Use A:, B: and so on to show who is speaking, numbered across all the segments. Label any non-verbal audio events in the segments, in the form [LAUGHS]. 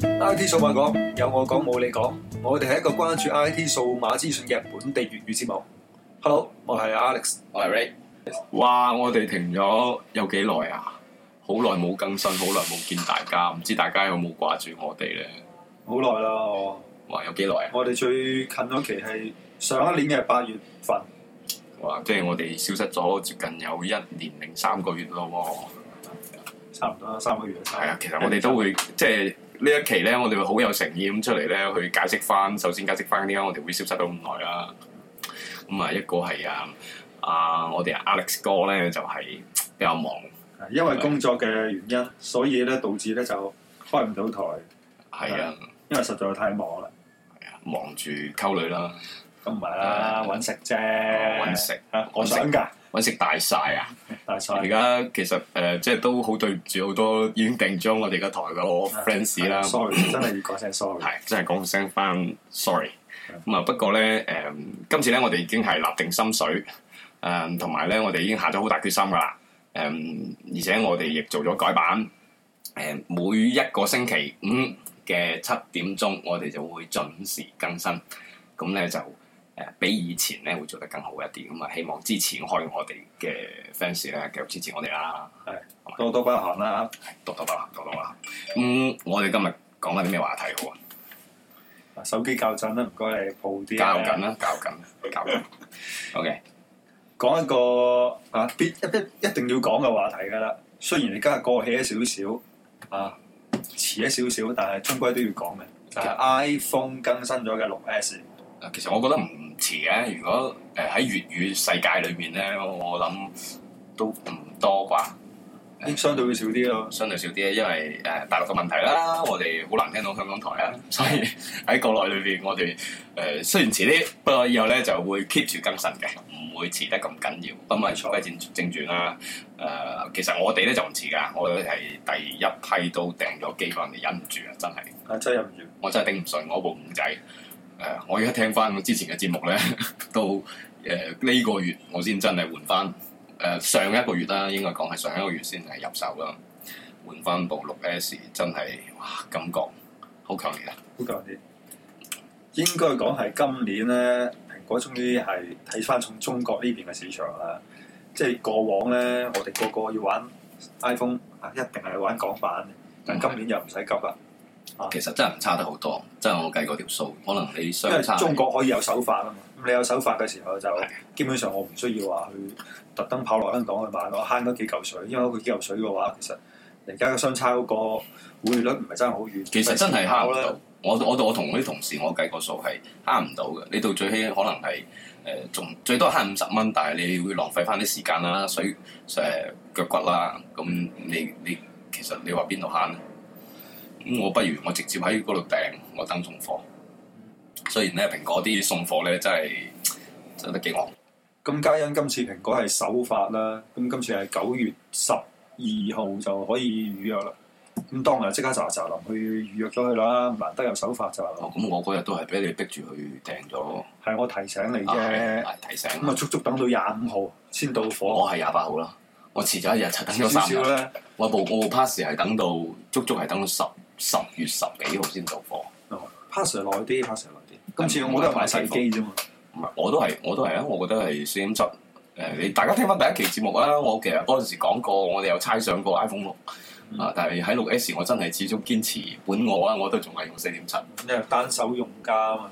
A: IT 數碼講有我講冇你講，我哋係一個關注 IT 數碼資訊嘅本地粵語節目。Hello，我係 Alex。
B: 我係 Ray，
C: 哇！我哋停咗有幾耐啊？好耐冇更新，好耐冇見大家，唔知大家有冇掛住我哋咧？
A: 好耐啦，我
C: 哇！有幾耐啊？
A: 我哋最近嗰期係上一年嘅八月份，
C: 哇！即係我哋消失咗接近有一年零三個月咯喎。
A: 差唔多啦三個月啦。
C: 係啊，其實我哋都會即係呢一期咧，我哋會好有誠意咁出嚟咧，去解釋翻。首先解釋翻點解我哋會消失咗咁耐啦。咁啊，一個係啊啊，我哋 Alex 哥咧就係、比較忙，
A: 啊因為工作嘅原因，所以咧導致咧就開唔到台，
C: 係啊，
A: 因為實在太忙啦。
C: 忙住溝女啦，
A: 咁唔係啦，
C: 嗯
A: 揾食啫，
C: 揾食
A: 啊我想㗎，
C: 揾食大晒啊！
A: 大晒
C: 而。家其實誒、呃即係都好對唔住好多已經訂咗我哋嘅台嘅我 fans 啦，
A: sorry，真係要講聲 sorry。
C: 係啊真係講聲翻 sorry。咁啊，不過咧誒、今次咧我哋已經係立定心水，誒同埋咧我哋已經下咗好大決心㗎啦。誒、而且我哋亦做咗改版，誒、每一個星期五嘅七點鐘，我哋就會準時更新。咁咧就誒、呃比以前咧會做得更好一啲。咁啊，希望支持開我哋嘅 fans 咧，繼續支持我哋啦。
A: 多多包涵啦。
C: 讀到啦，讀到啦。咁、我哋今日講緊啲咩話題好啊？
A: 手機校震啦，唔該你抱啲
C: 教
A: 啊。
C: 緊啦，教緊，教緊。OK，
A: 講一個啊，必一一一定要講嘅話題㗎啦。雖然而家係過氣咗少少啊，遲咗少少，但係終歸都要講嘅。就係 iPhone 更新咗嘅六 S，
C: 嗱啊其實我覺得唔遲嘅。如果誒喺粵語世界裏面咧，我諗都唔多啩，
A: 應相對會少啲咯。
C: 相對少啲，因為誒、大陸嘅問題啦，我哋好難聽到香港台啦，所以喺國內裏邊，我哋誒、雖然遲啲，不過以後咧就會 keep 住更新嘅，唔會遲得咁緊要。咁啊，言歸正正傳啦，誒、其實我哋咧就唔遲㗎，我哋係第一批都訂咗機，可能忍唔住啊，真係。
A: 啊，真係忍唔住。
C: 我真係頂唔順我部五仔。誒、我而家聽翻我之前嘅節目咧， [LAUGHS] 到誒呢、個月我先真係換翻誒、上一個月啦，應該講係上一個月先係入手啦，換翻部六 S 真係哇感覺好強烈啊！
A: 好舊啲。應該講係今年咧，蘋果終於係睇翻從中國呢邊嘅市場啦。即係過往咧，我哋個個要玩 iPhone 啊，一定係玩港版嘅，但今年又唔使急啊啦，
C: 其實真係唔差得好多，真係我計嗰條數，可能你
A: 因
C: 相
A: 為
C: 差
A: 中國可以有手法啊嘛。咁你有手法嘅時候就
C: 係
A: 基本上我唔需要話去特登跑落香港去買咯，慳多幾嚿水。因為嗰幾嚿水嘅話，其實而家嘅相差嗰個匯率唔係爭好遠。
C: 其實真係慳唔
A: 咪
C: 到。我我我同我啲同事我計個數係慳唔到嘅，你到最起可能係誒仲最多慳五十蚊，但係你會浪費翻啲時間啦、水誒、腳骨啦，咁你你其實你話邊度慳咧？咁我不如我直接喺嗰度訂，我等送貨。雖然咧蘋果啲送貨咧真係真係幾惡，
A: 咁皆因今次蘋果係首發啦，咁今次係九月十二號就可以預約啦。咁當然即刻喳喳臨去預約咗佢啦，難得有首發就
C: 哦咁我嗰日都係俾你逼住去訂咗，
A: 係我提醒你
C: 啊
A: 啫。
C: 係提醒
A: 咁啊，足足等到廿五號先到貨，
C: 我係廿八號啦，我哦遲咗一日就等咗
A: 少
C: 三
A: 少
C: 日。
A: 咧。
C: 我部我部 pass 係等到足足係等到十十月十幾號先到貨，
A: pass 耐啲，pass 耐啲。今次我都係買細機啫嘛，
C: 唔係我都係我都係啊！我覺得係四點七誒，你大家聽翻第一期節目啦，我其實嗰陣時講過，我哋有猜想過 iPhone 六
A: 嗯
C: 啊，但係喺六 S 我真係始終堅持本我啊，我都仲係用四點七。
A: 因為單手用家啊嘛，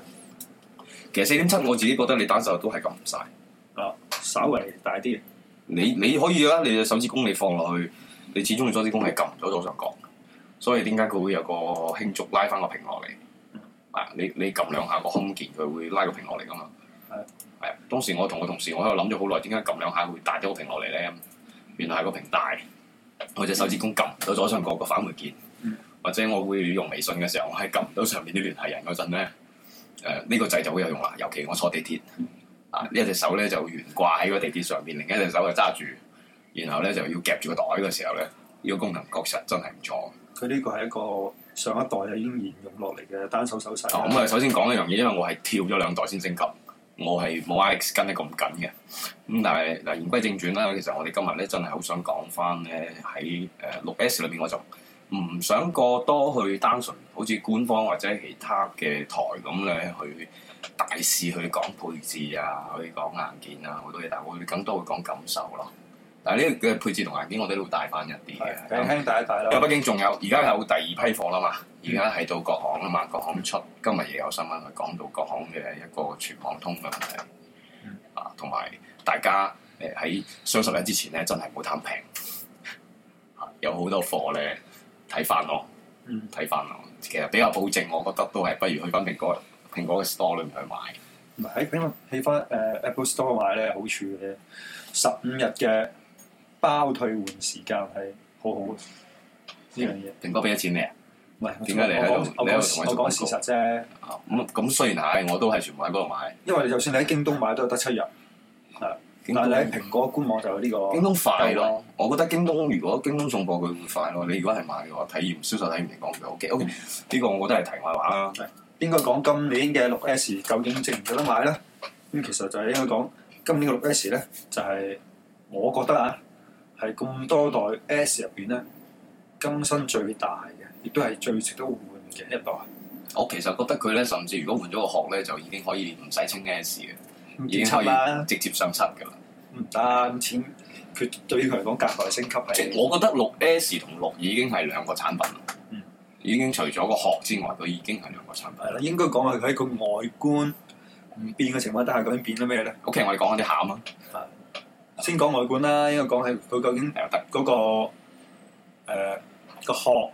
C: 其實四點七我自己覺得你單手都係撳唔晒，
A: 稍微大啲。
C: 你你可以啦，你隻手指公你放落去，你始終你手指公係撳唔到左上角，所以點解佢會有個輕觸拉翻個屏落嚟
A: 嗯？
C: 啊，你你撳兩下個空鍵，佢會拉個屏落嚟噶嘛？
A: 係
C: 係啊，當時我同我同事我喺度諗咗好耐，點解撳兩下會帶咗個屏落嚟咧？原來係個屏大，我隻手指公撳唔到左上角個返回鍵，
A: 嗯
C: 或者我會用微信嘅時候，我係撳唔到上面啲聯繫人嗰陣咧，誒、呢、個掣就好有用啦。尤其我坐地鐵啊，呢一隻手咧就懸掛喺個地鐵上面，另一隻手就揸住。然後咧就要夾住個袋嘅時候咧，呢、個功能確實真係唔錯。
A: 佢呢個係一個上一代已經沿用落嚟嘅單手手勢
C: 哦，
A: 啦。
C: 咁啊，首先講一樣嘢，因為我係跳咗兩代先升級，我係冇 Alex 跟得咁緊嘅。咁但係嗱，言歸正傳啦，其實我哋今日咧真係好想講翻咧喺誒呃六 S 裏邊，我就唔想過多去單純好似官方或者其他嘅台咁咧去大肆去講配置啊，去講硬件啊好多嘢，但係我哋更多會講感受咯。但係呢個嘅配置同硬件我哋都會帶翻一啲嘅。
A: 係啊輕輕大一大
C: 因為
A: 啦。
C: 畢竟仲啊有而家有第二批貨啦嘛，而家係到各行啊啦嘛，各行出今日亦有新聞去講到各行嘅一個全網通嘅問題
A: 嗯
C: 啊，同埋大家誒喺雙十一之前咧，真係冇貪平，啊有好多貨咧睇翻咯，
A: 嗯，
C: 睇翻咯，其實比較保證，我覺得都係不如去翻蘋果蘋果嘅 store 裏面去買。
A: 唔係喺喺喺翻誒 Apple Store 買咧，好處嘅十五日嘅包退換時間係好好嘅呢樣嘢。
C: 蘋果俾咗錢你啊？
A: 唔係
C: 點解你喺度
A: 我
C: 你
A: 講
C: 喺
A: 我
C: 度同
A: 講
C: 我
A: 我
C: 做
A: 講事實啫，
C: 啊咁咁雖然係我都係全部喺嗰度買，
A: 因為就算你喺京東買都係得七日，
C: 京
A: 但係你喺
C: 東
A: 蘋果官網就有呢個。
C: 京東快咯，我覺得京東如果京東送貨佢會快咯。你如果係買嘅話，體驗銷售體驗嚟講佢 OK OK，呢個我覺得係題外話啦。
A: 應該講今年嘅六 S 究竟值唔值得買咧？咁其實就係應該講今年嘅六 S 咧，就係、我覺得啊，係咁多代 S 入邊咧，更新最大嘅，亦都係最值得換嘅一代。
C: 我其實覺得佢咧，甚至如果換咗個殼咧，就已經可以唔使清 S 嘅，
A: 唔
C: 已經
A: 檢
C: 可
A: 測
C: 以
A: 啦，
C: 直接上七㗎啦。
A: 唔得咁錢，佢對於佢嚟講隔代升級
C: 即
A: 係
C: 係我覺得六 S 同六已經係兩個產品啦
A: 嗯
C: 已經除咗個殼之外，佢已經係兩個產品。
A: 係啦，應該講係佢喺個外觀唔變嘅情況底下，究竟變咗咩咧？
C: OK，我哋講下啲餡啊，
A: 先講外觀啦，應該講係佢究竟。
C: 係得。
A: 嗰、個誒、呃、個殼，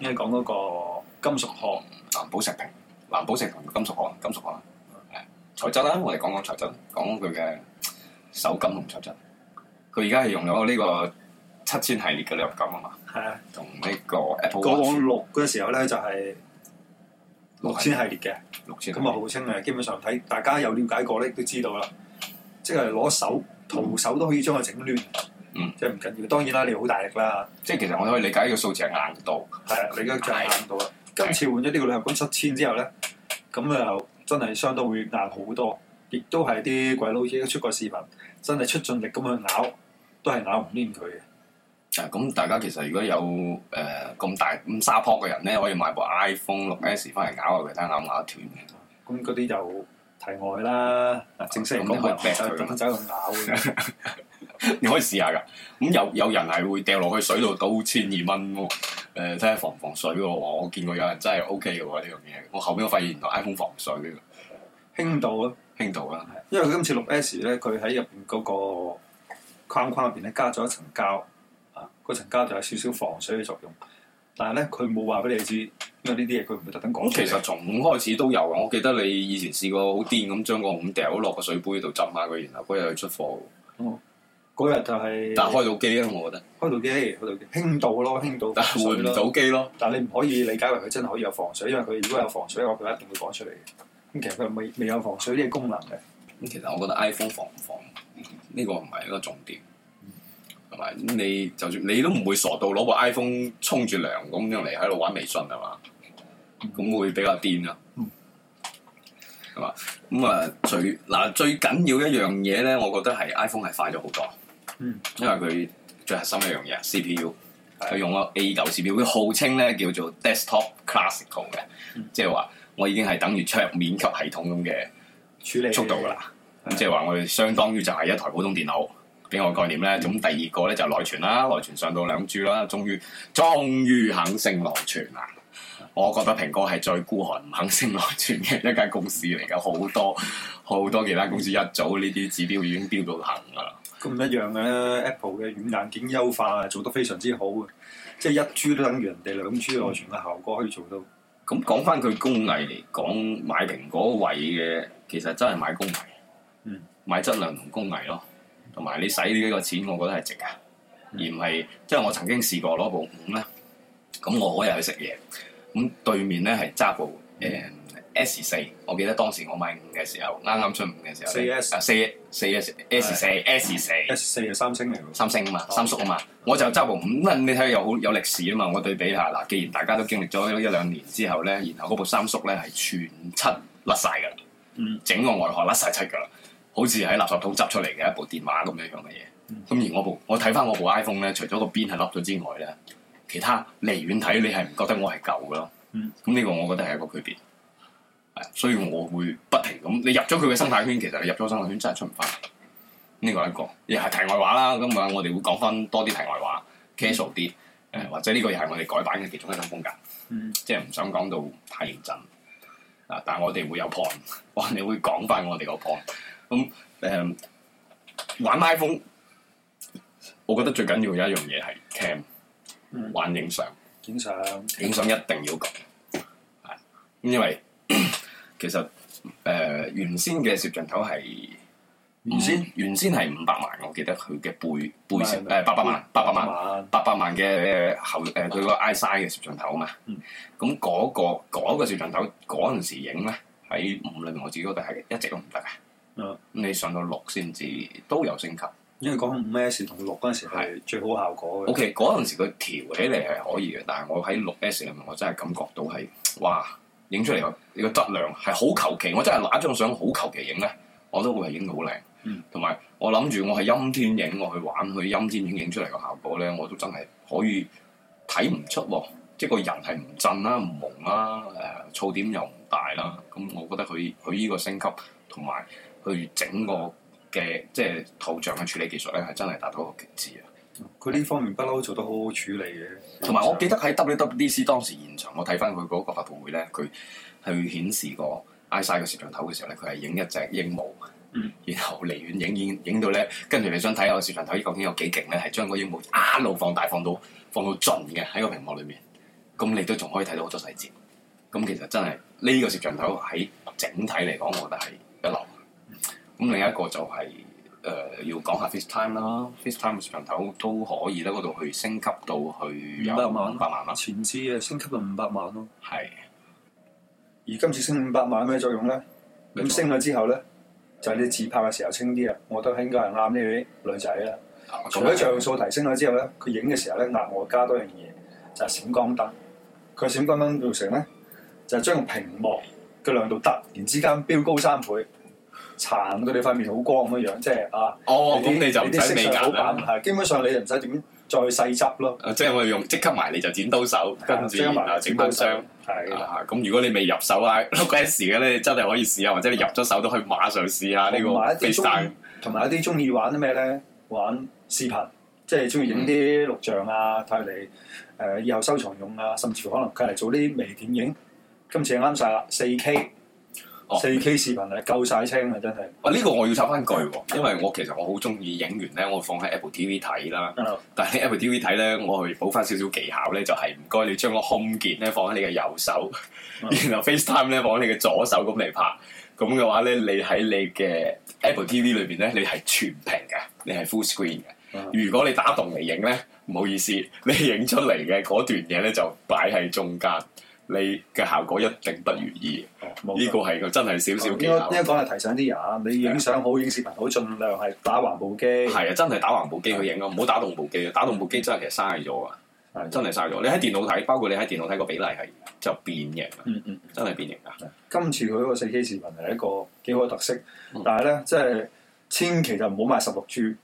A: 應該講嗰個金屬殼，
C: 藍寶石屏、藍寶石同金屬殼、金屬殼，
A: 嗯
C: 誒材質啦，我哋講講材質，講佢嘅手感同材質。佢而家係用咗呢個七千系列嘅鋁金啊嘛，
A: 係啊，
C: 同呢個 Apple
A: 過
C: Watch
A: 往六嗰時候咧就係六千系列嘅，
C: 六千
A: 咁啊號稱誒基本上睇大家有了解過咧都知道啦，即係攞手徒手都可以將佢整亂，
C: 嗯，
A: 即係唔緊要。當然啦，你好大力啦，
C: 即係其實我可以理解呢個數字係硬度，
A: 係啊，你而家就硬到啦。今次換咗呢個鋁合金七千之後咧，咁就真係相當會硬好多，亦都係啲鬼佬已經出過視頻，真係出盡力咁去咬，都係咬唔攣佢嘅。
C: 誒啊咁大家其實如果有誒咁、大咁沙坡嘅人咧，可以買部 iPhone 六 S 翻嚟咬下佢，睇下咬唔咬得斷嘅。
A: 咁嗰啲就題外啦。
C: 啊
A: 嗱，正式嚟講，我
C: 咁你可以
A: 就
C: back 佢
A: 咁走去咬
C: [LAUGHS]
A: 嘅。
C: 你可以試下噶。咁有有人係會掉落去水度倒千二蚊喎，誒睇下防唔防水喎。我見過有人真係 O K 嘅喎呢樣嘢。我後邊我發現原來 iPhone 防水嘅
A: 輕度咯，
C: 輕度啦，
A: 因為佢今次六 S 咧，佢喺入邊嗰個框框入邊咧加咗一層膠，啊，嗰層膠就有少少防水嘅作用。但係咧，佢冇話俾你知，因為呢啲嘢佢唔會特登講
C: 咁
A: 出嚟。
C: 其實從五開始都有啊。我記得你以前試過好癲咁將個五掉落個水杯度浸下佢，然後嗰日去出貨喎。
A: 嗰日就係
C: 但係開到機啦，我覺得，
A: 開到機，開到機，輕度咯，輕度
C: 但
A: 防
C: 係
A: 水
C: 換唔
A: 咯。
C: 到機咯。
A: 但係你唔可以理解為佢真係可以有防水，因為佢如果有防水嘅話，佢一定會講出嚟嘅。咁其實佢未未有防水呢個功能嘅。
C: 咁其實我覺得 iPhone 防唔防呢個唔係一個重點，係咪？咁你就算你都唔會傻到攞部 iPhone 沖住涼咁樣嚟喺度玩微信係嘛？咁會比較癲啦
A: 嗯，
C: 係嘛？咁啊最嗱最緊要一樣嘢咧，我覺得係 iPhone 係快咗好多，
A: 嗯，
C: 因為佢最核心一樣嘢 CPU。
A: 係
C: 佢用咗 A 九 CPU，佢號稱咧叫做 desktop classical 嘅，
A: 嗯
C: 即係話我已經係等於桌面級系統咁嘅
A: 處理
C: 速度㗎啦。咁
A: 係
C: 即係話我哋相當於就係一台普通電腦，俾我嘅概念
A: 嗯
C: 咧。咁第二個咧就係內存啦，內存上到兩 G 啦，終於終於肯升內存啦。我覺得蘋果係最孤寒唔肯升內存嘅一間公司嚟㗎，好多好多其他公司一早呢啲指標已經標到行㗎啦。
A: 咁一樣嘅 Apple 嘅軟硬件優化做得非常之好嘅，即係一 G 都等於人哋兩 G 內存嘅效果可以做到。
C: 咁講翻佢工藝嚟講，買蘋果位嘅其實真係買工藝，
A: 嗯，
C: 買質量同工藝咯，同埋你使呢個錢，我覺得係值噶，而唔係即係我曾經試過攞部五咧，咁我嗰日去食嘢，咁對面咧係揸部誒 S 四，我記得當時我買五嘅時候，啱啱出五嘅時候咧，
A: 4S
C: 啊四四 S S 四 S 四。
A: S 四係三星嚟喎，
C: 三星啊嘛，
A: 哦
C: 三叔啊嘛，我就周部咁，你睇下有好有歷史啊嘛，我對比下嗱，既然大家都經歷咗一兩年之後咧，然後嗰部三叔咧係全漆甩晒㗎啦，
A: 嗯
C: 整個外殼甩晒漆㗎啦，好似喺垃圾桶執出嚟嘅一部電話咁樣樣嘅嘢。
A: 嗯
C: 咁、而我部我睇翻我部 iPhone 咧，除咗個邊係凹咗之外咧，其他離遠睇你係唔覺得我係舊㗎咯。咁
A: 嗯
C: 呢、個我覺得係一個區別。係所以我會不停咁，你入咗佢嘅生態圈，其實你入咗生態圈真係出唔翻。呢個係一個，又係題外話啦。咁啊，我哋會講翻多啲題外話，casual 啲，誒、或者呢個又係我哋改版嘅其中一種風格，
A: 嗯
C: 即係唔想講到太認真啊。但係我哋會有 point，我 [LAUGHS] 哋會講翻我哋個 point。咁、誒、玩 iPhone，我覺得最緊要有一樣嘢係 cam，、
A: 嗯
C: 玩影相。
A: 影相
C: 影相一定要講，係因為 [COUGHS] 其實誒、呃原先嘅攝像頭係
A: 原先
C: 原先係五百萬，我記得佢嘅背背
A: 唔
C: 攝
A: 係
C: 誒八百萬八百萬
A: 萬，
C: 八百萬嘅誒後誒佢個 iSize 嘅攝像頭啊嘛
A: 嗯，
C: 咁嗰、個嗰、個攝像頭嗰陣時影咧喺五裏面，我自己覺得係一直都唔得嘅。啊
A: 嗯
C: 咁你上到六先至都有升級。
A: 因為講五 S 同六嗰陣時係最好效果嘅。
C: O.K. 嗰陣時佢調起嚟係可以嘅，但係我喺六 S 入面我真係感覺到係哇，影出嚟個你個質量係好求其，我真係拿張相好求其影咧，我都會係影到好靚
A: 嗯。
C: 同埋、我諗住我係陰天影，我去玩去陰天影影出嚟個效果咧，我都真係可以睇唔出喎，即係個人係唔震啦、唔蒙啦、誒、噪點又唔大啦。咁我覺得佢佢依個升級同埋佢整個嘅即係圖像嘅處理技術咧，係真係達到個極致啊！
A: 佢呢方面不嬲做得好好處理嘅。
C: 同埋我記得喺 WWDC 當時現場，我睇翻佢嗰個發佈會咧，佢去顯示個 iSize 嘅攝像頭嘅時候咧，佢係影一隻鸚鵡，
A: 嗯
C: 然後離遠影影影到咧，跟住你想睇下個攝像頭究竟有幾勁咧，係將個鸚鵡一路放大放到放到盡嘅喺個屏幕裏面，咁你都仲可以睇到好多細節。咁其實真係呢、個攝像頭喺整體嚟講，我覺得係一流。咁另一個就係、誒、要講下 FaceTime 啦，FaceTime 嘅攝像頭都可以咧，嗰度去升級到去有
A: 500萬啊
C: 五百萬啦，
A: 前置嘅升級到五百萬咯，
C: 係
A: 而今次升五百萬有咩作用咧？
C: 咩
A: 咁
C: 作
A: 升咗之後咧，就係你自拍嘅時候清啲啊！我覺得應該係啱呢啲女仔啦。
C: 啊
A: 除咗像素提升咗之後咧，佢影嘅時候咧額外加多樣嘢，就係閃光燈。佢閃光燈做成咧，就係將個屏幕嘅亮度突然之間飆高三倍，殘到你塊面好光咁樣樣，即係啊！
C: 哦，
A: 啲
C: 咁你就唔
A: 啲
C: 使
A: 色
C: 美
A: 相
C: 甲
A: 好
C: 啦
A: 版，係基本上你就唔使點再細執咯。
C: 啊即係我哋用即刻埋你就剪刀手，
A: 啊
C: 跟住然後整翻箱。
A: 係啦，
C: 啊咁如果你未入手啊 [LAUGHS] 六 S 嘅咧，你真係可以試下，或者你入咗手都可以馬上試下呢個
A: 同埋一啲
C: FaceTime
A: 中。同埋一啲中意玩啲咩咧？玩視頻，即係中意影啲
C: 嗯
A: 錄像啊，睇嚟誒以後收藏用啊，甚至乎可能佢嚟做啲微電影。今次啱晒啦，四 K，
C: 哦
A: 四 K 視頻啊，夠晒清啊，真係。
C: 啊呢個我要插翻句喎，因為我其實我好中意影完咧，我放喺 Apple TV 睇啦。但係 Apple TV 睇咧，我去補翻少少技巧咧，就係唔該你將個 home 鍵咧放喺你嘅右手，
A: 嗯
C: 然後 FaceTime 咧放喺你嘅左手咁嚟拍。咁嘅話咧，你喺你嘅 Apple TV 裏邊咧，你係全屏嘅，你係 full screen
A: 嗯
C: 嘅。如果你打動嚟影咧，唔好意思，你影出嚟嘅嗰段嘢咧就擺喺中間，你嘅效果一定不如意。
A: 哦冇
C: 呢
A: 錯
C: 個係個真係少少技
A: 應該
C: 巧
A: 應。該講係提醒啲人，你影相好，影視頻好，盡量係打橫部機。係
C: 係啊，真係打橫部機去影咯，唔好打動部機啊！打動部機真係其實嘥咗啊！真係嘥咗。你喺電腦睇，包括你喺電腦睇個比例係就變形㗎，
A: 嗯嗯。
C: 真係變形啊㗎。
A: 今次佢嗰個四 K 視頻係一個幾好嘅特色
C: 嗯，
A: 但係咧即係千祈就唔好買十六 G，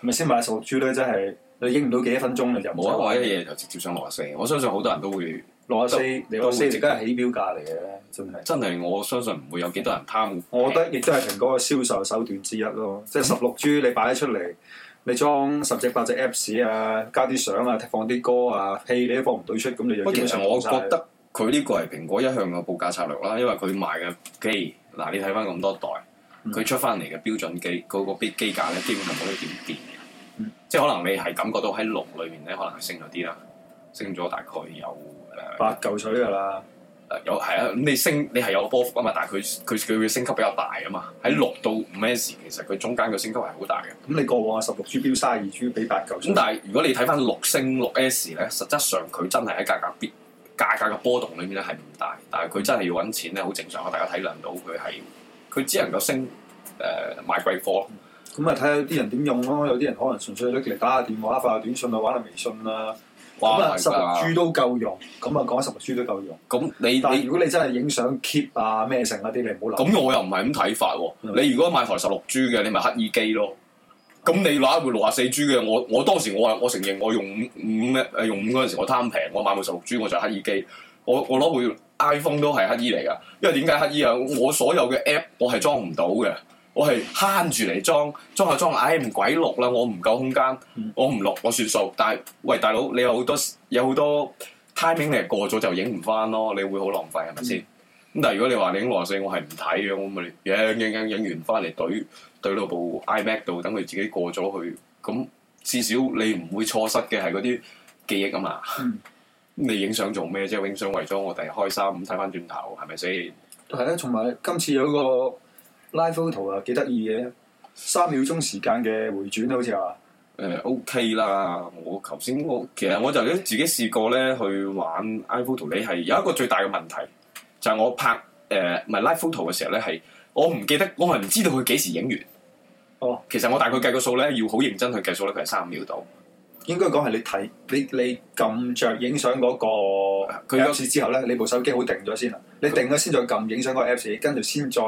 A: 咪先買十六 G 咧，真係你影唔到幾多分鐘你就
C: 冇啊！我一嘢就直接上六十四，我相信好多人都會
A: 六十四，你六十四
C: 都
A: 而家係起標價嚟嘅，真係。
C: 真係，我相信唔會有幾多人貪。
A: 我覺得亦都係蘋果嘅銷售手段之一咯，
C: 嗯
A: 即係十六 G 你擺咗出嚟，你裝十隻八隻 Apps 啊，加啲相啊，放啲歌啊，戲你都放唔到出，咁你就
C: 不過
A: 基
C: 其
A: 本
C: 實
A: 上
C: 我
A: 冇晒
C: 覺得佢呢個係蘋果一向嘅報價策略啦，因為佢賣嘅機嗱，你睇翻咁多代，
A: 嗯
C: 佢出翻嚟嘅標準機嗰個機機價咧，基本上冇得點變嘅
A: 嗯。
C: 即係可能你係感覺到喺六裏面咧，可能係升咗啲啦，升咗大概有呃誒
A: 八嚿水㗎啦，
C: 誒有係啊，咁你升你係有波幅啊嘛，但係佢佢佢嘅升級比較大啊嘛，喺六到五 S 其實佢中間嘅升級係好大嘅。
A: 咁你過往嘅十六 G 標卅二 G 俾八嚿
C: 咁
A: 水，
C: 但係如果你睇翻六星六 S 咧，實質上佢真係喺價格邊價格嘅波動裏面咧係唔大，但係佢真係要揾錢咧，好正常啊！大家體諒到佢係佢只能夠升誒、買貴貨咯
A: 咁啊睇下啲人點用咯，有啲人可能純粹拎嚟打下電話、發下短信啊、玩下微信啦。咁啊，
C: 哇！
A: 十
C: 係
A: 六
C: 㗎
A: G 都夠用，咁啊講十六 G 都夠用。
C: 咁你
A: 但
C: 你
A: 係如果你真係影相 keep 啊咩成嗰啲，你唔好諗。
C: 咁我又唔係咁睇法喎。
A: 嗯
C: 你如果買台十六 G 嘅，你咪乞衣機咯。咁
A: 嗯
C: 你攞一部六十四 G 嘅，我我當時我係我承認我用五五咩誒用五嗰陣時我貪平，我買部十六 G 我就乞衣機。我我攞部 iPhone 都係乞衣嚟噶，因為點解乞衣啊？我所有嘅 app 我係裝唔到嘅，我係慳住嚟裝，裝下裝下，唉唔鬼錄啦，我唔夠空間
A: 嗯，
C: 我唔錄我算數。但係喂大佬，你有好多有好多 timing 你係過咗就影唔翻咯，你會好浪費係咪先？咁但係如果你話你影六十四，我係唔睇嘅，我咪影影影影完翻嚟懟懟到部 iMac 度，等佢自己過咗去。咁至少你唔會錯失嘅係嗰啲記憶啊嘛。
A: 嗯
C: 你影相做咩啫？影相為咗我哋開心，咁睇翻轉頭係咪先？
A: 係啊咧，同埋今次有個 live photo 啊，幾得意嘅，三秒鐘時間嘅回轉啊好似話，
C: 誒、OK 呃啦，我頭先我其實我就自己試過咧去玩 iPhoto，你係有一個最大嘅問題就係、我拍呃誒唔係 live photo 嘅時候咧係我唔記得，我係唔知道佢幾時影完。
A: 哦，
C: 其實我大概計個數咧，要好認真去計數咧，佢係三秒度。
A: 應該講係你睇你你撳着影相嗰個
C: 佢有
A: apps 之後咧，你部手機好定咗先啦，啊你定咗先再撳影相嗰個 apps，跟住先再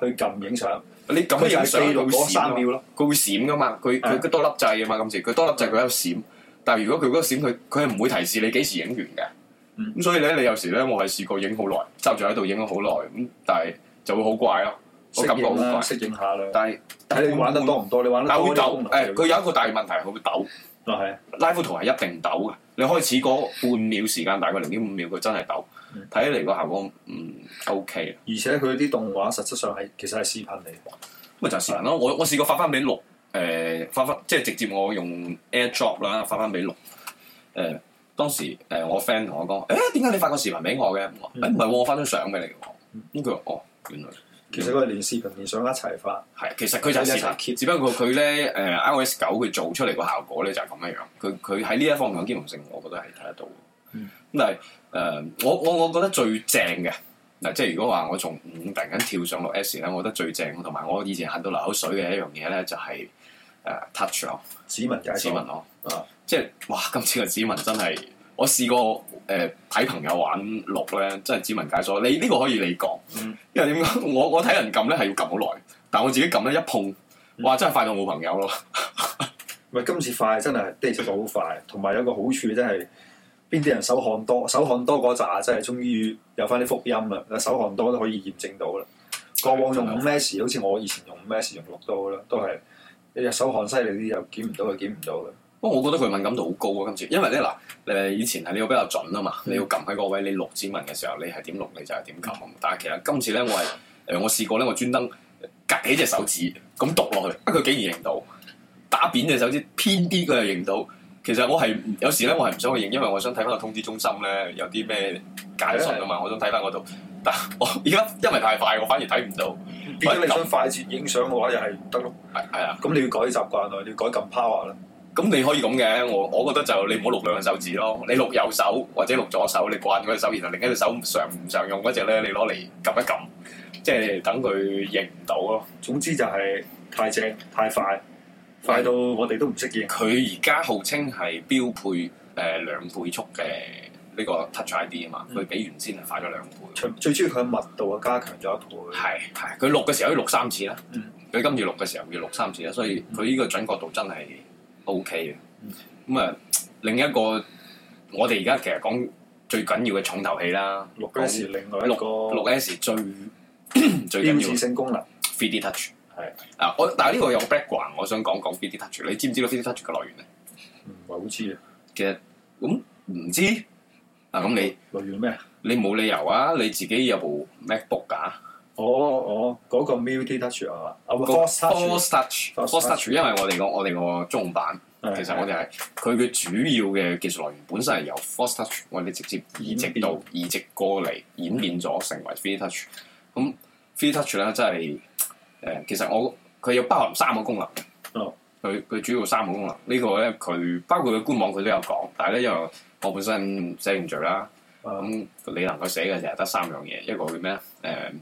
A: 去撳影相，
C: 你咁
A: 咁就
C: 嘅影
A: 係
C: 相
A: 記
C: 佢
A: 錄
C: 會
A: 嗰
C: 閃啊
A: 三
C: 咯
A: 秒咯。
C: 佢會閃噶嘛，佢佢
A: 嗯
C: 佢多粒掣啊嘛，今次佢多粒掣佢喺度閃，但係如果佢嗰個閃佢佢係唔會提示你幾時影完嘅，
A: 嗯
C: 咁、所以咧你有時咧我係試過影好耐，執住喺度影咗好耐，咁但係就會好怪咯，我感覺好
A: 適應啦
C: 怪，
A: 適應下啦。
C: 但係
A: 睇你玩得多唔多，你玩得
C: 但
A: 多呢
C: 係會
A: 個
C: 抖
A: 功，能
C: 誒佢有一個大問題係佢會抖。
A: 啊係啊
C: 拉夫圖係一定抖嘅。你開始嗰半秒時間，大概零點五秒，佢真係抖
A: 嗯。
C: 睇起嚟個效果，嗯，OK
A: 而且佢啲動畫實質上係其實係視頻嚟嘅，
C: 咁咪就係視頻咯。我我試過發翻俾六，誒、發翻即係直接我用 AirDrop 啦，發翻俾六。誒、當時誒、我 friend 同我講，誒點解你發個視頻俾我嘅？我誒唔係喎，我發張相俾你嘅喎。咁佢話哦，原來
A: 其實佢係連視頻連相一齊發，
C: 係，其實佢就係視頻，只不過佢咧誒 iOS 九佢做出嚟個效果咧就係咁樣樣，佢佢喺呢一方面嘅兼容性，我覺得係睇得到。
A: 嗯
C: 咁但係誒、我我我覺得最正嘅嗱，即係如果話我從五突然間跳上落 S 咧，我覺得最正同埋我以前恨到流口水嘅一樣嘢咧，就係、誒 touch 咯，
A: 指紋解
C: 指
A: 鎖
C: 紋。咯，
A: 啊
C: 即係哇！今次嘅指紋真係，我試過誒睇、朋友玩六咧，真係指紋解鎖。你呢、個可以你講，
A: 嗯
C: 因為點講？我我睇人撳咧係要撳好耐，但我自己撳咧一碰，
A: 嗯
C: 哇！真係快到冇朋友咯。
A: 唔係今次快真係 d a 好快，同埋有個好處真係邊啲人手汗多，手汗多嗰扎真係終於有翻啲福音啦！手汗多都可以驗證到啦。過往用五 S，好似我以前用五 S 用六都好啦，都係你隻手汗犀利啲又檢唔到就檢唔到嘅。
C: 不過我覺得佢敏感度好高啊！今次，因為咧嗱，誒以前係你要比較準啊嘛，你要撳喺個位，你錄指紋嘅時候，你係點錄你就係點撳啊嘛。但係其實今次咧，我係誒、我試過咧，我專登隔起隻手指咁篤落去，啊佢竟然認到，打扁隻手指偏啲佢又認到。其實我係有時咧，我係唔想去認，因為我想睇翻個通知中心咧有啲咩解訊啊嘛，我想睇翻嗰度。但我而家因為太快，我反而睇唔到。
A: 變咗你想快捷影相嘅話，又係唔得咯。
C: 係係啊。
A: 咁你要改習慣啦，你要改撳 power 啦。
C: 咁你可以咁嘅，我我覺得就你唔好錄兩隻手指咯，你錄右手或者錄左手，你慣嗰隻手，然後另一隻手唔常唔常用嗰隻咧，你攞嚟撳一撳，即係等佢認唔到咯。
A: 總之就係太正太快，快到我哋都唔識認。
C: 佢而家號稱係標配誒、呃、兩倍速嘅呢個 Touch ID 啊嘛，
A: 嗯
C: 佢比原先係快咗兩倍。
A: 最最主要佢嘅密度啊，加強咗一倍。
C: 係係，佢錄嘅時候要錄三次啦
A: 嗯，
C: 佢今次錄嘅時候要錄三次啦，所以佢呢個準確度真係 O K
A: 嗯
C: 嘅。咁啊，另一個我哋而家其實講最緊要嘅重頭戲啦，
A: 六 S 另外一個
C: 哦六 S 最最
A: 嗯標
C: 緊要
A: 誌性功能
C: 3D Touch
A: 係
C: 啊！我但係呢個有 background，我想講講 3D Touch。你知唔知道 3D Touch 嘅來源咧？
A: 唔係好知啊。
C: 其實咁唔知啊，咁你
A: 來源咩？
C: 你冇理由啊！你自己有部 MacBook 啊㗎
A: 哦哦，嗰個 Multi Touch 係嘛？啊
C: 個
A: Force Touch
C: Force Touch
A: Force
C: Force
A: Touch
C: Touch，因為我哋個我哋個中版。其實我哋係佢嘅主要嘅技術來源本身係由 Force Touch，我哋直接移植到移植過嚟演變咗成為 Free Touch。咁 Free Touch 咧真係誒、其實我佢有包含三個功能嘅。
A: 哦
C: 佢佢主要三個功能，呢個咧佢包括佢官網佢都有講，但係咧因為我本身寫程序啦，
A: 啊
C: 咁你能夠寫嘅就係得三樣嘢，一個叫咩咧？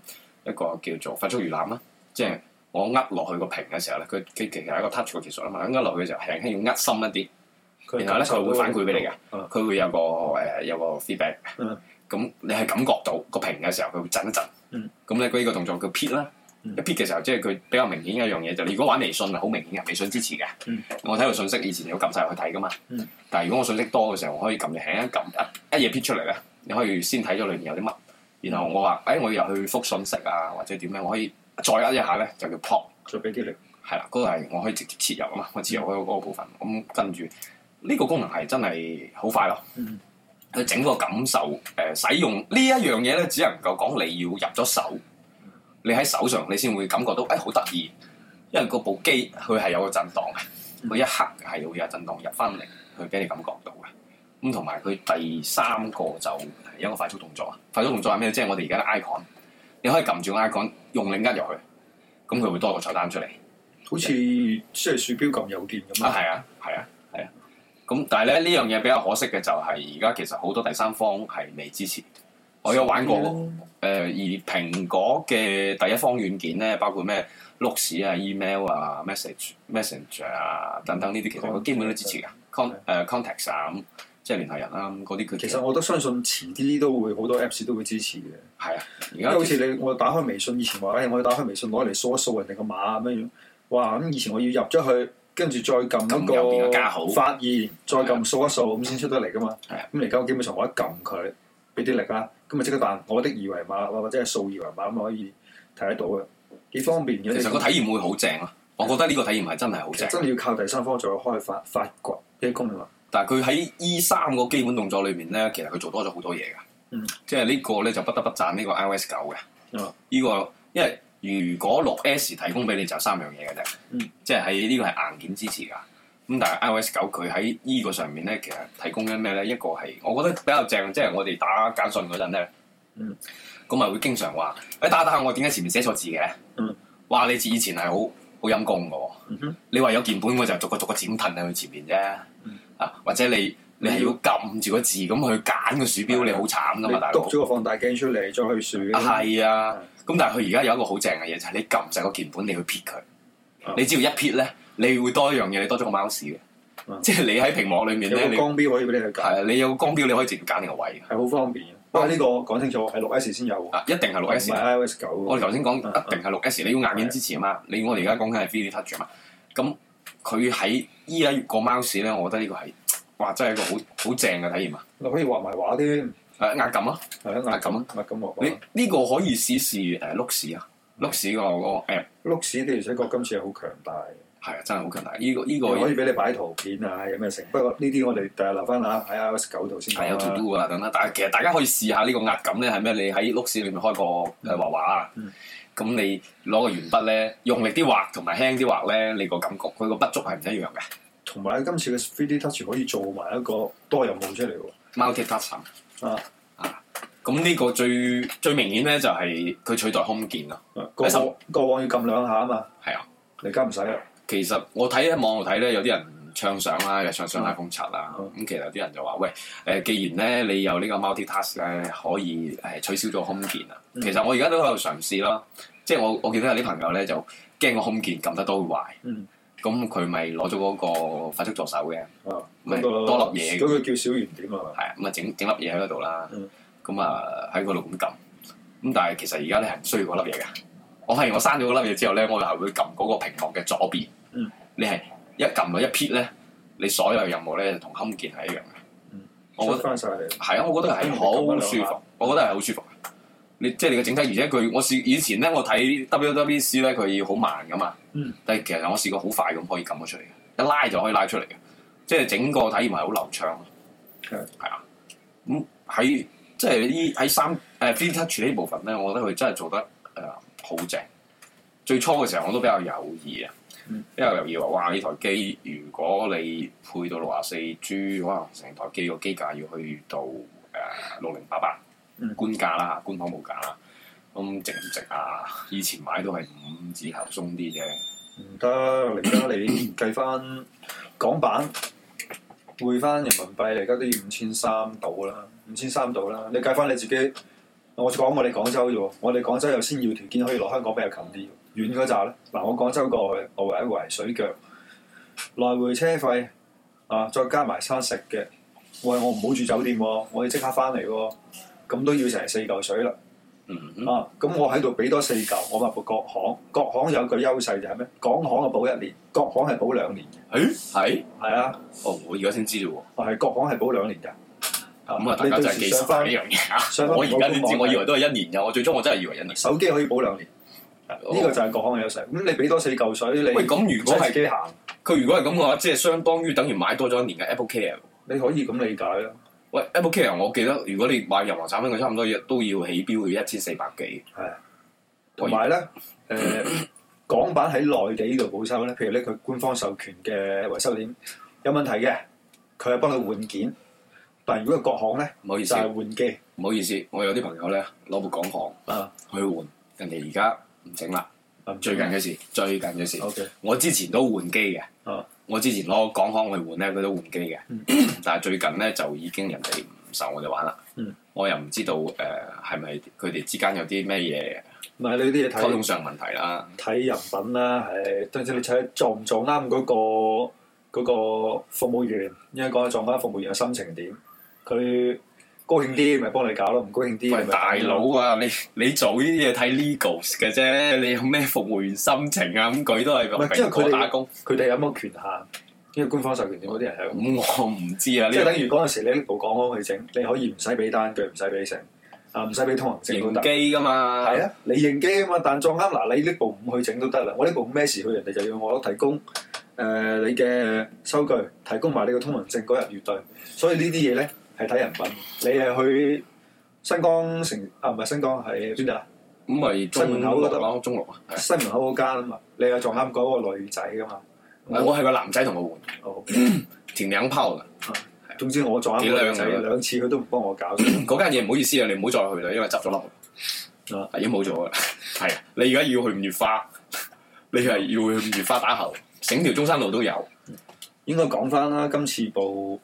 C: 誒、一個叫做快速預覽啦，即係我呃落去個屏嘅時候咧，佢佢其實係一個 touch 嘅技術啊嘛，呃落去嘅時候輕輕要呃深一啲，然後咧佢會反饋俾你嘅，
A: 啊
C: 佢會有個誒、有個 feedback
A: 嗯。
C: 咁你係感覺到個屏嘅時候，佢會震一震。
A: 嗯
C: 咁咧佢呢個動作叫撇啦。
A: 嗯
C: 一撇嘅時候，即係佢比較明顯嘅一樣嘢就係，你如果玩微信係好明顯嘅，微信支持嘅。
A: 嗯
C: 我睇到信息以前要撳晒入去睇噶嘛。
A: 嗯
C: 但係如果我信息多嘅時候，我可以撳你輕輕撳一一嘢撇出嚟咧，你可以先睇咗裏面有啲乜，然後我話誒、哎我要入去覆信息啊，或者點樣，我可以再呃一下咧就叫 pop。
A: 再俾啲力，
C: 係啦，嗰個係我可以直接切入啊嘛，我切入嗰個嗰個部分，咁跟住呢個功能係真係好快樂。
A: 嗯
C: 佢整個感受誒、使用呢一樣嘢咧，只能夠講你要入咗手，你喺手上你先會感覺到誒哎好得意，因為嗰部機佢係有個震盪嘅，
A: 嗯
C: 嗰一刻係會有震盪入翻嚟，佢俾你感覺到嘅。咁同埋佢第三個就係一個快速動作啊！快速動作係咩？即係我哋而家嘅 icon，你可以撳住個 icon 用力握入去，咁佢會多個菜單出嚟。
A: 好似即係鼠標撳右鍵咁
C: 啊，
A: 啊，
C: 係啊，係啊，係啊。咁但係咧呢樣嘢比較可惜嘅就係而家其實好多第三方係未支持。我有玩過
A: 啊
C: 誒、而蘋果嘅第一方軟件咧，包括咩 Looks 啊、email 啊、message、messenger 啊等等呢啲，其實佢基本都支持嘅。con 誒 contacts 啊咁，即係聯繫人啦、咁嗰啲佢
A: 其實我都相信遲啲都會好多 Apps 都會支持嘅。
C: 係啊，而
A: 因為
C: 家
A: 好似你我打開微信，以前話哎誒，我要打開微信攞嚟掃一掃人哋個碼咁樣樣。哇！咁以前我要入咗去，跟住再撳
C: 撳
A: 一
C: 右邊個加號
A: 個發現，再撳掃一掃咁先出得嚟噶嘛。
C: 係啊
A: 咁而家我基本上我一撳佢，俾啲力啦，咁啊咪即刻彈我的二維碼或者係掃二維碼咁可以睇得到嘅，幾方便嘅。
C: 其實個體驗會好正咯。我覺得呢個體驗係真係好
A: 其實
C: 正。
A: 真係要靠第三方再開發發掘呢啲功能。
C: 但係佢喺依三個基本動作裏面咧，其實佢做多咗好多嘢㗎。
A: 嗯
C: 即係呢個咧就不得不讚呢個 iOS 九嘅。
A: 嗯
C: 呢、個因為如果六 S 提供俾你就三樣嘢嘅啫。
A: 嗯
C: 即係喺呢個係硬件支持㗎。咁但係 iOS 九佢喺呢個上面咧，其實提供緊咩咧？一個係我覺得比較正，即係我哋打簡訊嗰陣咧，
A: 嗯，
C: 咁咪會經常話：誒打打下我點解前面寫錯字嘅？
A: 嗯，
C: 哇！你以前係好好陰功㗎喎。
A: 嗯哼，
C: 你話有鍵盤，我就逐個逐個剪褪喺佢前面啫
A: 嗯。
C: 啊，或者你你係要撳住個字咁去揀個鼠標，你好慘噶
A: 你
C: 嘛，啊大
A: 篤
C: 佬。
A: 咗個放大鏡出嚟，再去
C: 啊，
A: 選。
C: 係啊。咁但係佢而家有一個好正嘅嘢，就係你撳實個鍵盤，你去撇佢
A: 嗯。
C: 你只要一撇咧，你會多一樣嘢，你多咗個 mouse 嘅。
A: 嗯
C: 即係你喺屏幕裏面
A: 有
C: 咧，
A: 個
C: 你
A: 光標可以俾你去
C: 係
A: 揀，
C: 啊你有個光標，你可以直接揀你個位
A: 係好方便嘅。不過呢個講清楚係六 S 先有喎
C: 嘅。。啊，一定係六
A: 唔
C: S
A: 係 iOS 九
C: 我哋
A: 喎，
C: 頭先講
A: 嗯嗯
C: 一定係六 S，你要硬件支持啊嘛。你我哋而家講緊係 3D touch 啊嘛。咁佢喺依家個 mouse 咧，我覺得呢個係哇，真係一個好好正嘅體驗啊！
A: 我可以畫埋畫添，
C: 誒壓感啊！
A: 係啊，壓
C: 啊咁
A: 感
C: 啊
A: 壓感
C: 你
A: 畫畫。
C: 呢個可以試試誒 Looks 啊，Looks 個個 app
A: 碌屎的而且確今次係好強大嘅，
C: 係啊，真係好強大。呢個呢個
A: 又可以俾你擺圖片啊，有咩成？不過呢啲我哋第日留翻下喺 iOS 九度先
C: 係有 to
A: 講啦。
C: do 啊等等，但係其實大家可以試下呢個壓感咧係咩？你喺 Looks 裏面開個誒畫畫啊
A: 嗯，
C: 咁你攞個鉛筆咧，用力啲畫同埋輕啲畫咧，你個感覺佢個筆觸係唔一樣嘅。
A: 同埋今次嘅 3D Touch 可以做埋一個多任務出嚟喎。
C: multi touch
A: 啊
C: 啊！咁呢個最最明顯咧就係佢取代 home 鍵咯，
A: 過
C: 手
A: 往過往要撳兩下啊嘛，
C: 係啊。
A: 你而家唔使啦。
C: 其實我睇喺網度睇咧，有啲人唱相啦，又唱
A: 嗯
C: 相 iPhone 七啦。
A: 嗯
C: 咁其實有啲人就話：喂，誒、既然咧你有呢個 multi touch 咧，可以誒、取消咗 home 鍵啊。
A: 嗯
C: 其實我而家都喺度嘗試啦，即係我我見到有啲朋友咧就驚個 home 鍵撳得多會壞，
A: 嗯
C: 咁佢咪攞咗嗰個快速助手嘅。
A: 啊，
C: 咪
A: 嗰個
C: 多粒嘢
A: 嗰個叫小圓點啊嘛。
C: 係啊，咁啊整整粒嘢喺嗰度啦
A: 嗯，
C: 咁啊喺嗰度咁撳，咁但係其實而家咧係唔需要嗰粒嘢嘅。我發現我刪咗嗰粒嘢之後咧，我係會撳嗰個屏幕嘅左邊，
A: 嗯
C: 你係一撳落一撇咧，你所有任務咧同 home 鍵係一樣嘅。
A: 嗯
C: 我覺得
A: 出翻晒嚟，
C: 係啊，我覺得係好舒服，我覺得係好舒服。你即係你嘅整體，而且佢我試以前咧，我睇 WWDC 咧，佢要好慢噶嘛。
A: 嗯
C: 但係其實我試過好快咁可以撳咗出嚟嘅，一拉就可以拉出嚟嘅，即係整個體驗係好流暢咯。
A: 係
C: 係啊，咁喺即係呢喺三誒 Free Touch 呢部分咧，我覺得佢真係做得誒好、正。最初嘅時候我都比較猶豫啊
A: 嗯，
C: 比較猶豫話：哇！呢台機如果你配到六廿四 G，可能成台機個機價要去到誒六零八八
A: 嗯
C: 官價啦，官方冇價啦。咁值唔值啊？以前買都係五字頭鬆啲啫。
A: 唔得。而家你計翻港版匯翻人民幣，你而家都要五千三到啦，五千三到啦。你計翻你自己，我講我哋廣州啫喎，我哋廣州有先要條件可以落香港比較近啲，遠嗰扎咧。嗱，我廣州過去，我圍一圍水腳，來回車費啊，再加埋餐食嘅。喂，我唔好住酒店喎，我要即刻翻嚟喎，咁都要成四嚿水啦。
C: 嗯哼，
A: 啊，咁我喺度俾多四嚿，我咪報國行，國行有個優勢就係咩？港行啊保一年，國行係保兩年嘅，
C: 誒係，
A: 係啊，
C: 哦，我而家先知道喎。
A: 係國行係保兩年㗎。
C: 咁啊，大
A: 你
C: 家
A: 到
C: 就係
A: 時
C: 記
A: 上
C: 實呢
A: 翻
C: 樣嘢
A: 上翻
C: 啊！我而家先
A: 嗰
C: 知，
A: 個
C: 我以為都係一年嘅，我最終我真係以為一年。
A: 手機可以保兩年，啊呢個就係國行嘅優勢。咁你俾多四嚿水，你
C: 哦喂，咁如果
A: 唔使
C: 係
A: 自己行，
C: 佢如果係咁嘅話，即係相當於等於買多咗一年嘅 Apple Care 啊喎。
A: 你可以咁理解啦。
C: 喂，Apple Care 我記得，如果你買任何產品，佢差唔多要都要起標要一千四百幾。
A: 同埋咧，誒、港版喺內地呢度保修咧，譬如咧佢官方授權嘅維修點有問題嘅，佢係幫你換件。但係如果係國行咧，
C: 唔好意
A: 就
C: 思，
A: 係換機
C: 唔好意思，我有啲朋友咧攞部港行
A: 啊。
C: 去換，人哋而家唔整啦。最近嘅事，最近嘅事。
A: ，OK，
C: 我之前都換機嘅，
A: 嗯啊
C: 我之前攞港行去換咧，佢都換機嘅，
A: 嗯
C: [CLEARS THROAT] 但係最近咧就已經人哋唔受我哋玩啦。
A: 嗯
C: 我又唔知道誒係咪佢哋之間有啲咩嘢
A: 唔係你呢啲嘢
C: 溝
A: 睇
C: 通上問題啦。
A: 睇人品啦，係，甚至你睇撞唔撞啱嗰、個嗰、個服務員，應該講撞啱服務員嘅心情點，佢高興啲咪幫你搞咯，唔高興啲咪
C: 喂，大佬啊，你你做呢啲嘢睇 legals 嘅啫，你有咩服務員心情啊？咁佢都係
A: 唔係因為
C: 蘋
A: 佢
C: 果
A: 哋
C: 打工，
A: 佢哋有冇權限？因為官方授權點嗰啲人係咁，
C: 咁我唔知啊。
A: 即係
C: 呢
A: 等於嗰陣時你拎部港行去整，你可以唔使俾單據，唔使俾成，啊唔使俾通行證都
C: 型
A: 得。
C: 機噶嘛，
A: 係啊，你認機啊嘛，但撞啱嗱，你呢部五去整都得啦。我呢部五咩事去，人哋就要我提供誒、呃你嘅收據，提供埋你個通行證嗰日月對。所以呢啲嘢咧係睇人品。你係去新江城啊，唔係新江係邊度啊？
C: 咁咪
A: 西
C: 中
A: 門
C: 六
A: 口嗰度
C: 咯，中六啊。係
A: 西門口嗰間啊嘛，你又撞啱嗰個女仔噶嘛？
C: 我係個男仔同我換，
A: 哦，
C: 填兩泡㗎。
A: 總之我撞啱嗰個女仔
C: 幾靚啊
A: 兩次，佢都唔幫我搞。
C: 嗰間嘢唔好意思啊，你唔好再去啦，因為執咗笠啦
A: 啊，
C: 已經冇咗啦。 [LAUGHS] 係啊，你而家要去五月花， [LAUGHS] 你係要去五月花打後，整條中山路都有。
A: 應該講翻啦，今次部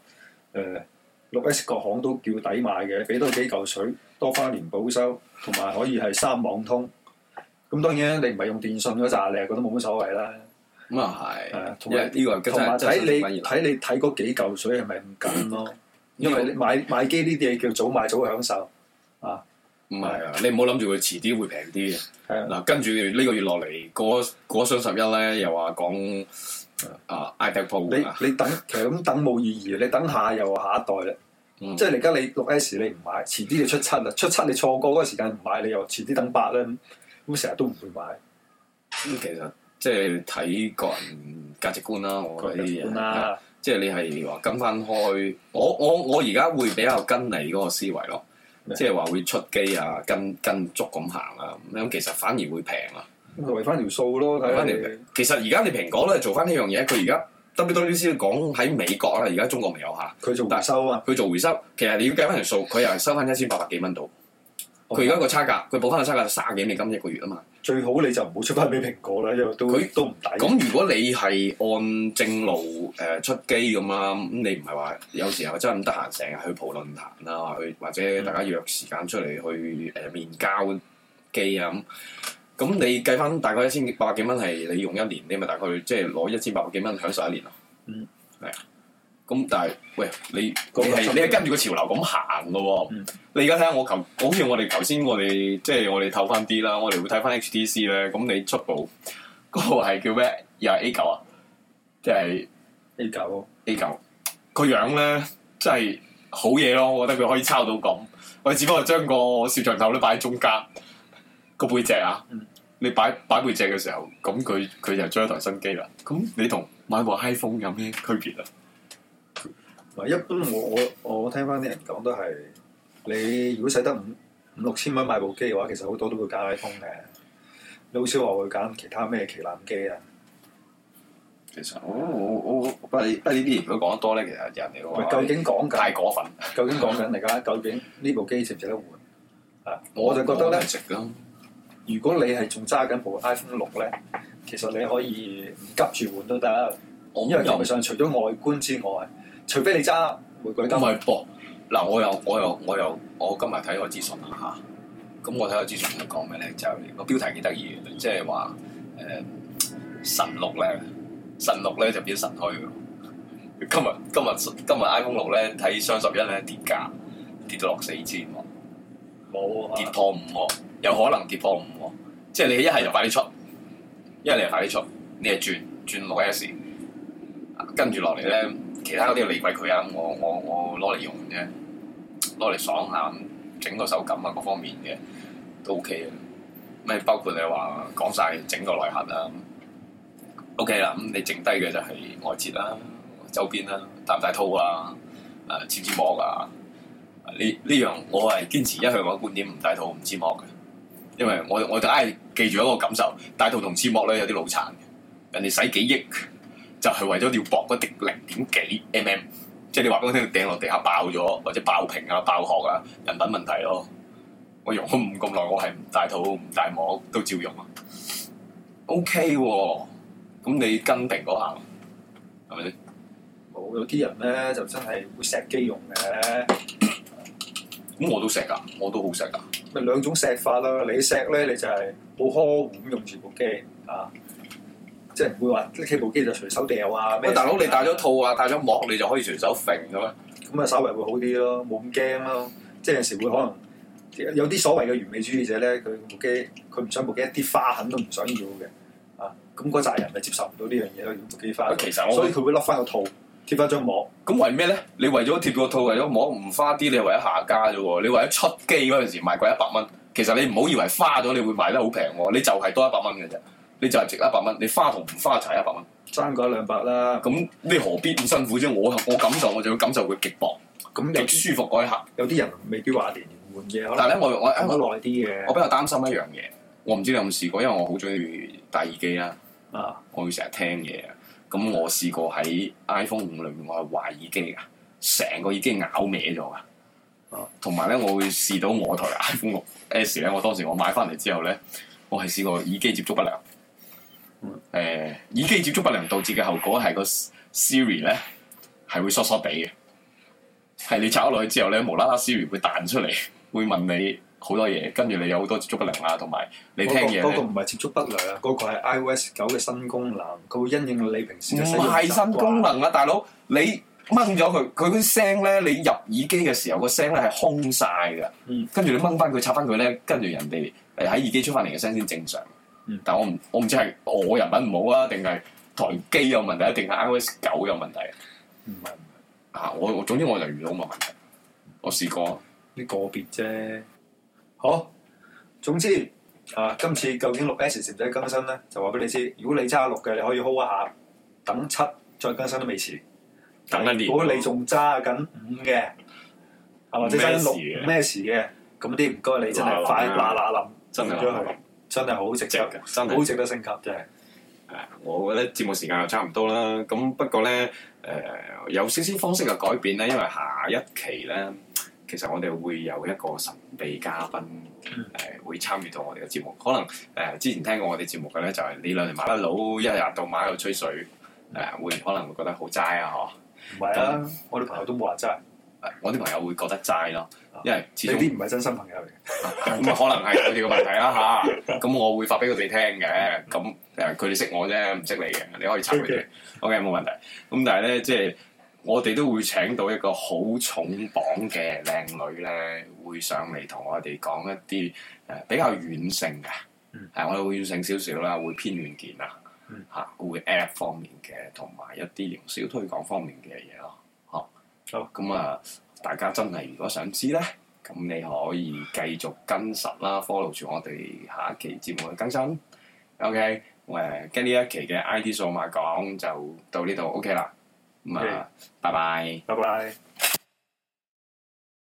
A: 誒六 S 各行都叫抵買嘅，俾多幾嚿水，多翻年保修，同埋可以係三網通。咁當然你唔係用電信嗰扎，你係覺得冇乜所謂啦。
C: 咁啊
A: 係啊
C: 係，
A: 同
C: 因
A: 埋
C: 為呢個真
A: 同埋
C: 係真係
A: 睇
C: 真係
A: 你
C: 緊要啦
A: 睇你睇嗰幾嚿水係咪唔緊咯？
C: 因
A: 因
C: 為
A: 為你買買機呢啲嘢叫早買早享受。
C: 唔係啊，你唔好諗住佢遲啲會平啲嘅。
A: 係啊，
C: 嗱，跟住呢個月落嚟嗰嗰雙十一咧，又話講啊 iPad Pro 啊，
A: 你你等其實咁等冇意義，你等下又話下一代啦。
C: 嗯
A: 即係你而家你六 S 你唔買，遲啲你出七啦，啊出七你錯過嗰個時間唔買，你又遲啲等八啦，咁咁成日都唔會買。
C: 咁其實即係睇個人價值觀啦，我覺得呢啲嘢啊
A: 管。啦，
C: 即係你係話跟翻開，我我我而家會比較跟你嗰個思維咯，
A: 咩
C: 即係話會出機啊，跟跟足咁行啊，咁其實反而會平啊。
A: 圍翻條數咯，睇
C: 反
A: 翻
C: 而
A: 條
C: 平其實而家你蘋果咧做翻呢樣嘢，佢而家 WWDC 講喺美國啦，而家中國未有嚇，
A: 佢做回收啊，
C: 佢做回收，其實你要計翻條數，佢又係收翻一千八百幾蚊到。佢而家個差價，佢補翻個差價三十幾美金一個月啊嘛。
A: 哦最好你就唔好出翻俾蘋果啦，因為都
C: 佢
A: 都唔抵。
C: 咁如果你係按正路誒、呃出機咁啦，咁你唔係話有時候真係唔得閒，成日去蒲論壇啊，去或者大家約時間出嚟去誒、呃面交機啊咁。咁你計翻大概一千八百幾蚊係你用一年，你咪大概即係攞一千八百幾蚊享受一年咯。
A: 嗯，
C: 係啊。咁但係喂，你
A: 嗰個
C: 你係
A: 心
C: 你係跟住個潮流咁行嘅喎。
A: 嗯
C: 你而家睇下我頭，好似我哋頭先我哋即係我哋透翻啲啦，我哋會睇翻 HTC 咧。咁你出部嗰個係叫咩？又係 A 九啊，即係
A: A 九
C: A 九。個樣咧真係好嘢咯，我覺得佢可以抄到咁。我只不過將個攝像頭咧擺喺中間個背脊啊。
A: 嗯
C: 你擺擺背脊嘅時候，咁佢佢就將一台新機啦。咁你同買部 iPhone 有咩區別啊？
A: 嗱，一般我我我聽翻啲人講都係，你如果使得五五六千蚊買部機嘅話，其實好多都會揀 iPhone 嘅。你好少話會揀其他咩旗艦機啊？
C: 其實我我我不過呢不過呢啲如果講得多咧，其實人哋
A: 喂究竟講緊
C: 太過分。
A: 究竟講緊嚟家究竟呢部機值唔值得換？啊，我就覺得咧，
C: 值咯。
A: 如果你係仲揸緊部 iPhone 六咧，其實你可以唔急住換都得。
C: 我
A: 因為
C: 又
A: 其實除咗外觀之外，除非你揸玫瑰金
B: 咁，咪搏嗱，我又我又我又我今日睇個資訊啦嚇，咁我睇個資訊佢講咩咧？就個標題幾得意嘅，即係話誒神六咧，神六咧就變咗神虛嘅。今日今日今日 iPhone 六咧睇雙十一咧跌價，跌到落四千喎，
A: 冇
B: 跌
A: 啊，
B: 破五喎，有可能跌破五喎。即係你一係就快啲出，一係你就快啲出，你係轉轉六 S，啊跟住落嚟咧，其他嗰啲理鬼佢啊！我我我攞嚟用啫，攞嚟爽下，咁整個手感啊各方面嘅都 OK 嘅。咩包括你話講晒整個內核啊咁，OK 啦。咁你剩低嘅就係外設啦、周邊啦、戴唔戴套啊、誒黐唔黐膜啊？呢呢樣我係堅持一向我嘅觀點，唔戴套唔黐膜嘅。因為我我就唉記住一個感受，戴套同黐膜咧有啲腦殘嘅，人哋使幾億就係為咗要搏嗰滴零點幾 mm，即係你話俾我聽掟落地下爆咗或者爆屏啊、爆殼啊，人品問題咯。我用咗唔咁耐，我係唔戴套唔戴膜都照用啊。OK 喎，咁你跟蘋嗰下係咪先？
A: 冇有啲人咧就真係會錫肌用嘅，
B: 咁我都錫噶，我都好錫噶。
A: 咪兩種錫法啦。你錫咧，你就係好呵護咁用住部機啊，即係唔會話拎起部機就隨手掉啊。咩
B: 喂，大佬你戴咗套啊，戴咗膜你就可以隨手揈嘅咩？
A: 咁啊，稍微會好啲咯，冇咁驚咯。即係有時會可能有啲所謂嘅完美主義者咧，佢部機佢唔想部機一啲花痕都唔想要嘅啊。咁嗰扎人咪接受唔到呢樣嘢咯，要部機花
B: 喂，。其啊實我
A: 所以佢會笠翻個套，貼翻張膜。
B: 咁為咩咧？你為咗貼個套，為咗摸唔花啲，你係為咗下家啫喎。你為咗出機嗰陣時賣貴一百蚊，其實你唔好以為花咗你會賣得好平喎，你就係多一百蚊嘅啫，你就係值一百蚊。你花同唔花就係一百蚊。
A: 爭嗰一兩百啦，
B: 咁你何必咁辛苦啫？我我感受我就要感受佢極薄、
A: 咁有
B: 極
A: 啲
B: 舒服嗰一刻。
A: 有啲人未必話年年換嘅，可
B: 但係
A: 能
B: 咧，我我
A: 等
B: 我
A: 得耐啲嘅
B: 我比較擔心一樣嘢，我唔知你有冇試過，因為我好中意戴耳機啦，
A: 啊，
B: 我要成日聽嘢。啊咁我試過喺 iPhone 五裏面，我係壞耳機噶，啊成個耳機咬歪咗噶。同埋咧，我會試到我台 iPhone 六 S 咧，我當時我買翻嚟之後咧，我係試過耳機接觸不良。誒、
A: 嗯
B: 耳機接觸不良導致嘅後果係個 Siri 咧係會疏疏地嘅，係你插咗落去之後咧，無啦啦 Siri 會彈出嚟，會問你好多嘢，跟住你有好多接觸不良
C: 啊
B: 啦，同埋你聽
A: 嗰
B: 嘢
A: 個嗰個
B: 呢
A: 唔係接觸不良，嗰個係 iOS 九嘅新功能，佢會因應你平時
B: 唔
A: 嘅使用
B: 係新功能啊，大佬你掹咗佢，佢嗰啲聲咧，你入耳機嘅時候個聲咧係空晒㗎。
A: 嗯
B: 跟住你掹翻佢插翻佢咧，跟住人哋誒喺耳機出翻嚟嘅聲先正常。
A: 嗯
B: 但我唔我唔知係我人品唔好啊，定係台機有問題，定係 iOS 九有問題
A: 唔係唔係
B: 啊！我我總之我就遇到咁嘅問題，我試過
A: 呢個別啫。好，總之啊，今次究竟六 S 使唔使更新咧？就話俾你知，如果你揸六嘅，你可以 hold 一下，等七再更新都未遲。哦
C: 等一年
A: 如果你仲揸緊五嘅，啊或者揸緊
C: 咩事
A: 六
C: 嘅
A: 咩事嘅，咁啲唔該你真係快
C: 嗱嗱臨
A: 嗱
C: 啊
A: 嗱臨，
C: 真係
A: 換咗佢，真係好值
C: 值
A: 得，
C: 嘅，真
A: 好
C: 係。
A: 值得升級真係。
C: 誒，我覺得節目時間又差唔多啦。咁不過咧，誒、有少少方式嘅改變咧，因為下一期咧，其實我哋會有一個神秘嘉賓誒、會參與到我哋嘅節目。可能誒、之前聽過我哋節目嘅咧，就係、你兩條馬甩佬一日到晚喺度吹水，誒、會可能會覺得好齋啊，嗬。
A: 唔係啊，我哋朋友都冇話齋，
B: 我啲朋友會覺得齋咯，因為始
A: 呢
B: 終。
A: 啲唔係真心朋友嚟嘅。
B: 咁啊，可能係佢哋嘅問題啦吓，咁我會發俾佢哋聽嘅。咁誒，佢哋識我啫，唔識你嘅，你可以查佢哋
A: OK。
B: OK，冇問題。咁但係咧，即係我哋都會請到一個好重磅嘅靚女咧，會上嚟同我哋講一啲誒比較軟性嘅，
A: 嗯
B: 係我哋會軟性少少啦，會偏軟件啦
A: 嗯，
B: 嚇會 App 方面嘅，同埋一啲營銷推廣方面嘅嘢咯。
A: 好
B: 咁啊，大家真係如果想知咧，咁你可以繼續跟實啦，follow 住我哋下一期節目嘅更新。OK，誒，跟呢一期嘅 IT 數碼講就到呢度 OK 啊啦。咁啊，拜拜。
A: 拜拜。